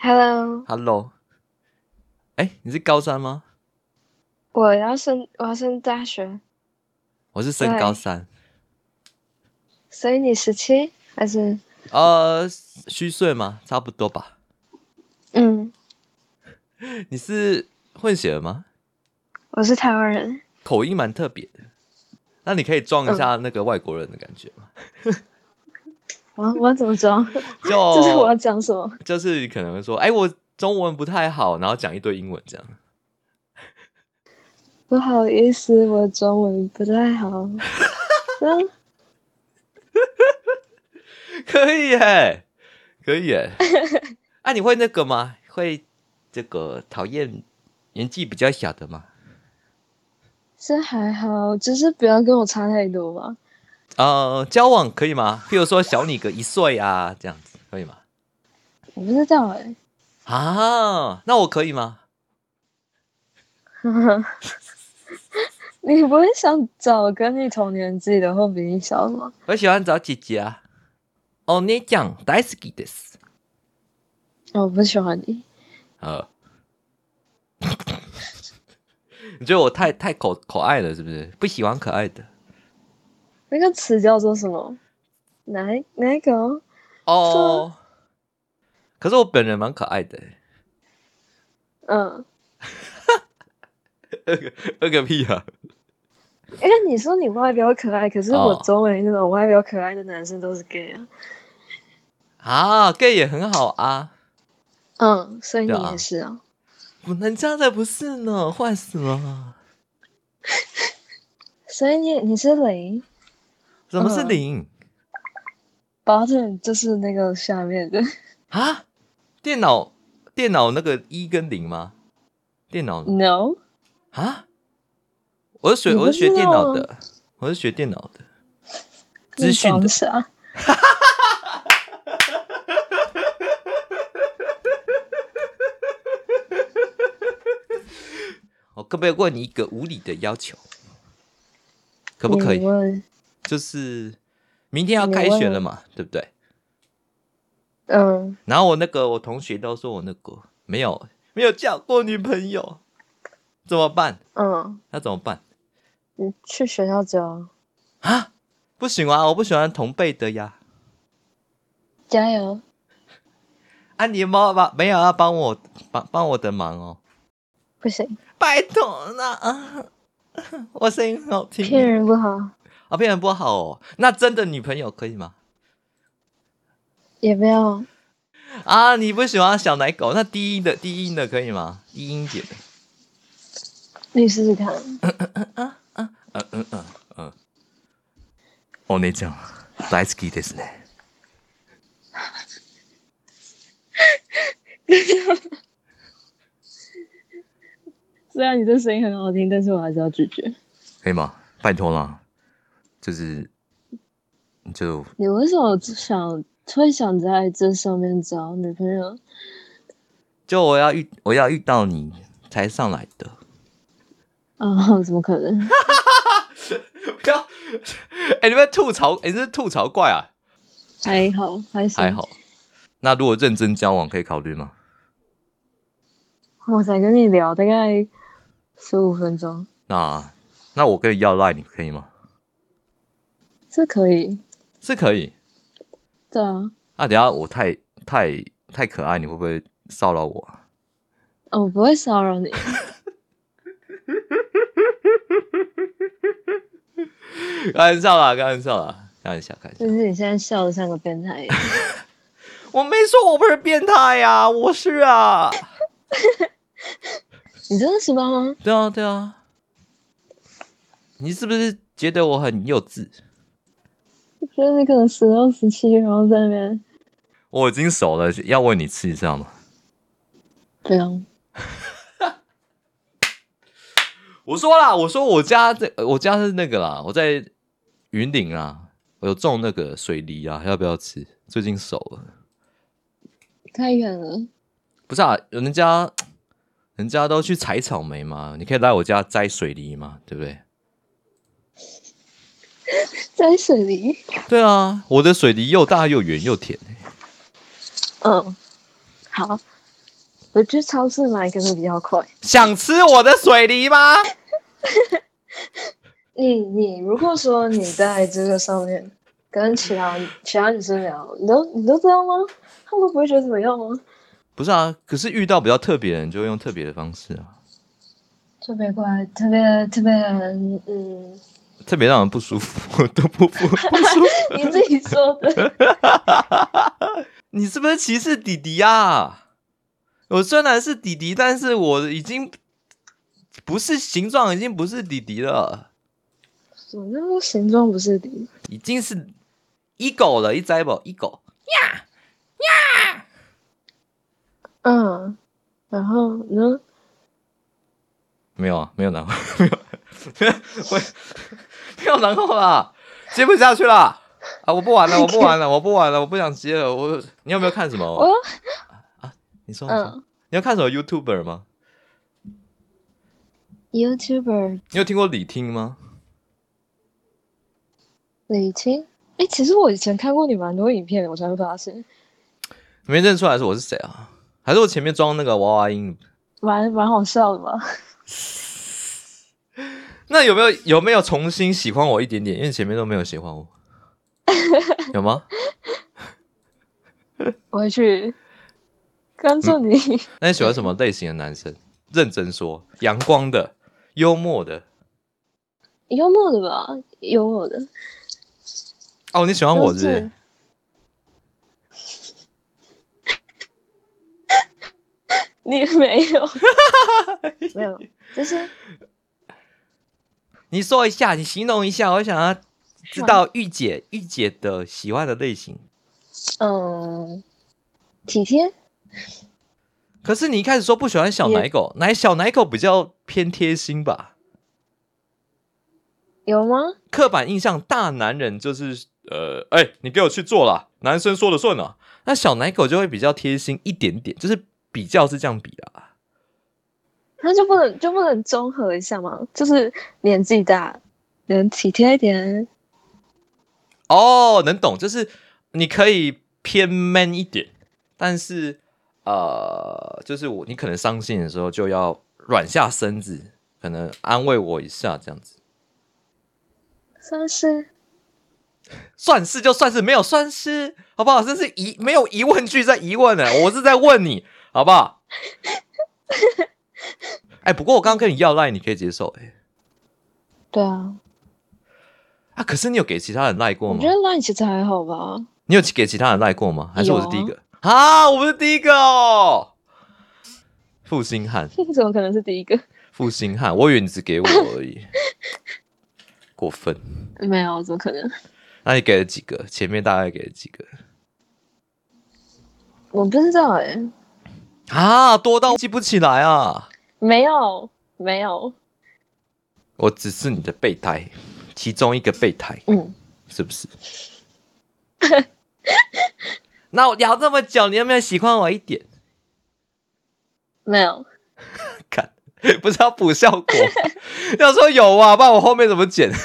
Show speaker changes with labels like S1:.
S1: Hello，
S2: Hello，哎、你是高三吗？
S1: 我要升，我要升大学，
S2: 我是升
S1: 对
S2: 高三，
S1: 所以你十七还是
S2: 呃，虚岁吗？差不多吧。
S1: 嗯，
S2: 你是混血儿吗？
S1: 我是台湾人，
S2: 口音蛮特别的，那你可以装一下
S1: 嗯
S2: 那个外国人的感觉吗？
S1: 我哦我怎么 装？哦
S2: 就
S1: 就是我要讲什么？
S2: 就是你可能会说，哎、我中文不太好，然后讲一堆英文这样。
S1: 不好意思，我中文不太好。 嗯，
S2: 可以耶、可 以耶、啊，你会那个吗？会这个讨厌年纪比较小的吗？
S1: 这还好，只是不要跟我差太多吧。
S2: 呃，交往可以吗？譬如说小你个一岁啊，这样子可以吗？
S1: 我不知道哎、
S2: 啊，那我可以吗？
S1: 你不会想找跟你同年纪的或比你小的吗？
S2: 我喜欢找姐姐啊。哦，你讲大好きです。
S1: 哦我不喜欢你，
S2: 呃， 你觉得我太太口口爱了是不是？不喜欢可爱的
S1: 那个词叫做什么？哪一哪一个哦？
S2: 哦。可是我本人蛮可爱的欸，
S1: 嗯，
S2: 二个二个屁啊！
S1: 因为你说你外表可爱，可是我
S2: 哦
S1: 周围那种外表可爱的男生都是 gay 啊。
S2: 啊，gay 也很好啊，
S1: 嗯，所以你
S2: 对啊
S1: 也是啊。
S2: 不能这样才不是呢，坏死了！
S1: 所以你你是零
S2: 什么是
S1: 嗯
S2: 零、
S1: ，bottom 就是那个下面的。
S2: 啊？电脑电脑那个一跟零吗？电脑
S1: No，
S2: 啊？我是学
S1: 你
S2: 我
S1: 不
S2: 是学
S1: 知
S2: 电
S1: 道
S2: 脑
S1: 啊
S2: 的，我是学电脑的，
S1: 你
S2: 资讯
S1: 装
S2: 的
S1: 傻。
S2: 我哦可不可以问你一个无理的要求？可不可以
S1: 你？问，
S2: 就是明天要
S1: 你
S2: 开
S1: 问
S2: 学
S1: 啊
S2: 了嘛，对不对？
S1: 嗯，
S2: 然后我那个我同学都说我那个没有没有交过女朋友，怎么办？
S1: 嗯，
S2: 那怎么办
S1: 你去学校交，
S2: 啊？不行啊，我不喜欢同辈的呀。
S1: 加油！
S2: 啊，你有没有帮没有要帮我帮帮我的忙哦？
S1: 不行，
S2: 拜托那啊， 我声音很好听。
S1: 骗人不好，
S2: 啊，变人不好哦。那真的女朋友可以吗？
S1: 也不要。
S2: 啊，你不喜欢小奶狗，那低音的低音的可以吗？低音姐的，
S1: 你试试看，
S2: 嗯嗯嗯嗯。お姉ちゃん大好きですね。
S1: 虽然你这声音很好听，但是我还是要拒绝。
S2: 可以吗？拜托啦，就是就
S1: 你为什么想会想在这上面找女朋友？
S2: 就我要遇我要遇到你才上来的。
S1: 啊，怎么可能？
S2: 不要， 哎、你们吐槽，哎、这是吐槽怪啊，
S1: 还好，还行
S2: 还。好。那如果认真交往，可以考虑吗？
S1: 我才跟你聊大概十五分钟，
S2: 那那我可以要赖你可以吗？
S1: 这可以。
S2: 是可以，
S1: 对啊，
S2: 啊，等一下我太太太可爱，你会不会骚扰我啊？
S1: 哦我不会骚扰你。
S2: 开玩笑啦，开玩笑啦，开玩笑，开玩笑
S1: 就。是你现在笑的像个变 态一样。
S2: 我没说我不是变态呀、我是啊。
S1: 你真的十八吗？
S2: 对啊，对啊。你是不是觉得我很幼稚？
S1: 我觉得你可能十六、十七，然后在那边
S2: 我已经熟了，要喂你吃，知道吗？
S1: 不用。
S2: 我说啦，我说我家在，我家是那个啦，我在云林啊，我有种那个水梨啊，要不要吃？最近熟了。
S1: 太远了，
S2: 不是啊，人家人家都去采草莓嘛，你可以来我家摘水梨嘛，对不对？
S1: 在水里。
S2: 对欸啊，我的水梨又大又圆又甜、
S1: 嗯，好，我去超市买可能比较快。
S2: 想吃我的水梨吗？
S1: 你你如果说你在这个上面跟其他其他女生聊，你都你都这样吗？他们都不会觉得怎么样吗？
S2: 不是啊，可是遇到比较特别的人，就会用特别的方式啊，
S1: 特别怪，特别特别嗯，
S2: 特别让人不舒服，都不不不舒服。
S1: 你自己说的。
S2: 你是不是歧视弟弟啊？我虽然是弟弟，但是我已经不是形状，已经不是弟弟了，
S1: 什么叫做形状不是敌？
S2: 已经是一狗了，一摘吧，一狗。
S1: 嗯，然后呢？
S2: 没有啊，没有然后， 没有，我 没有然后啦，接不下去了啊！我不玩 了，我不玩了，我不玩了，我不想接了。我你有没有看什么？啊
S1: 我
S2: 你说，你说
S1: 嗯
S2: 你要看什么 YouTuber 吗？
S1: ，YouTuber
S2: 你有听过李听吗？
S1: 李青。哎、其实我以前看过你蛮多影片的，我才会发现，
S2: 没认出来是我是谁啊？还是我前面装那个娃娃音？
S1: 蛮蛮好笑的吧？
S2: 那有没有有没有重新喜欢我一点点？因为前面都没有喜 欢我，有吗？
S1: 我会去关注你。
S2: 那你喜欢什么类型的男生？认真说，阳光的、幽默的。
S1: 幽默的吧，幽默的。
S2: 哦，你喜欢我是不
S1: 幽
S2: 是
S1: 默？ 你没有，没有，就是
S2: 你说一下，你形容一下，我想要知道御姐御姐的喜欢的类型。
S1: 嗯，体贴，
S2: 可是你一开始说不喜欢小奶狗，奶小奶狗比较偏贴心吧？
S1: 有吗？
S2: 刻板印象，大男人就是呃，哎、你给我去做啦，男生说了算啊。那小奶狗就会比较贴心一点点，就是比较是这样比啦。
S1: 那就不能就不能综合一下吗？就是年纪大，能体贴一点，
S2: 哦，能懂，就是你可以偏 man 一点，但是呃，就是我你可能伤心的时候就要软下身子，可能安慰我一下这样子。
S1: 算是
S2: 算是就算是，没有算是，好不好？这是疑没有疑问句在疑问呢，啊我是在问你，好不好？哎，不过我刚刚跟你要赖，你可以接受哎、
S1: 对啊。
S2: 啊，可是你有给其他人赖过
S1: 我
S2: 吗
S1: 觉？得那你其实还好吧。
S2: 你有给其他人赖过吗？还是我是第一
S1: 有啊
S2: 个？啊，我不是第一个哦。负心汉，
S1: 你怎么可能是第一个？
S2: 负心汉，我以为你只给我而已，过分。
S1: 没有，怎么可能？
S2: 那你给了几个？前面大概给了几个？
S1: 我不知道哎、
S2: 啊，多到记不起来啊！
S1: 没有，没有，
S2: 我只是你的备胎，其中一个备胎。
S1: 嗯，
S2: 是不是？那我聊这么久，你有没有喜欢我一点？
S1: 没有。
S2: 看，不是要补效果？ 要说有啊，不然我后面怎么剪？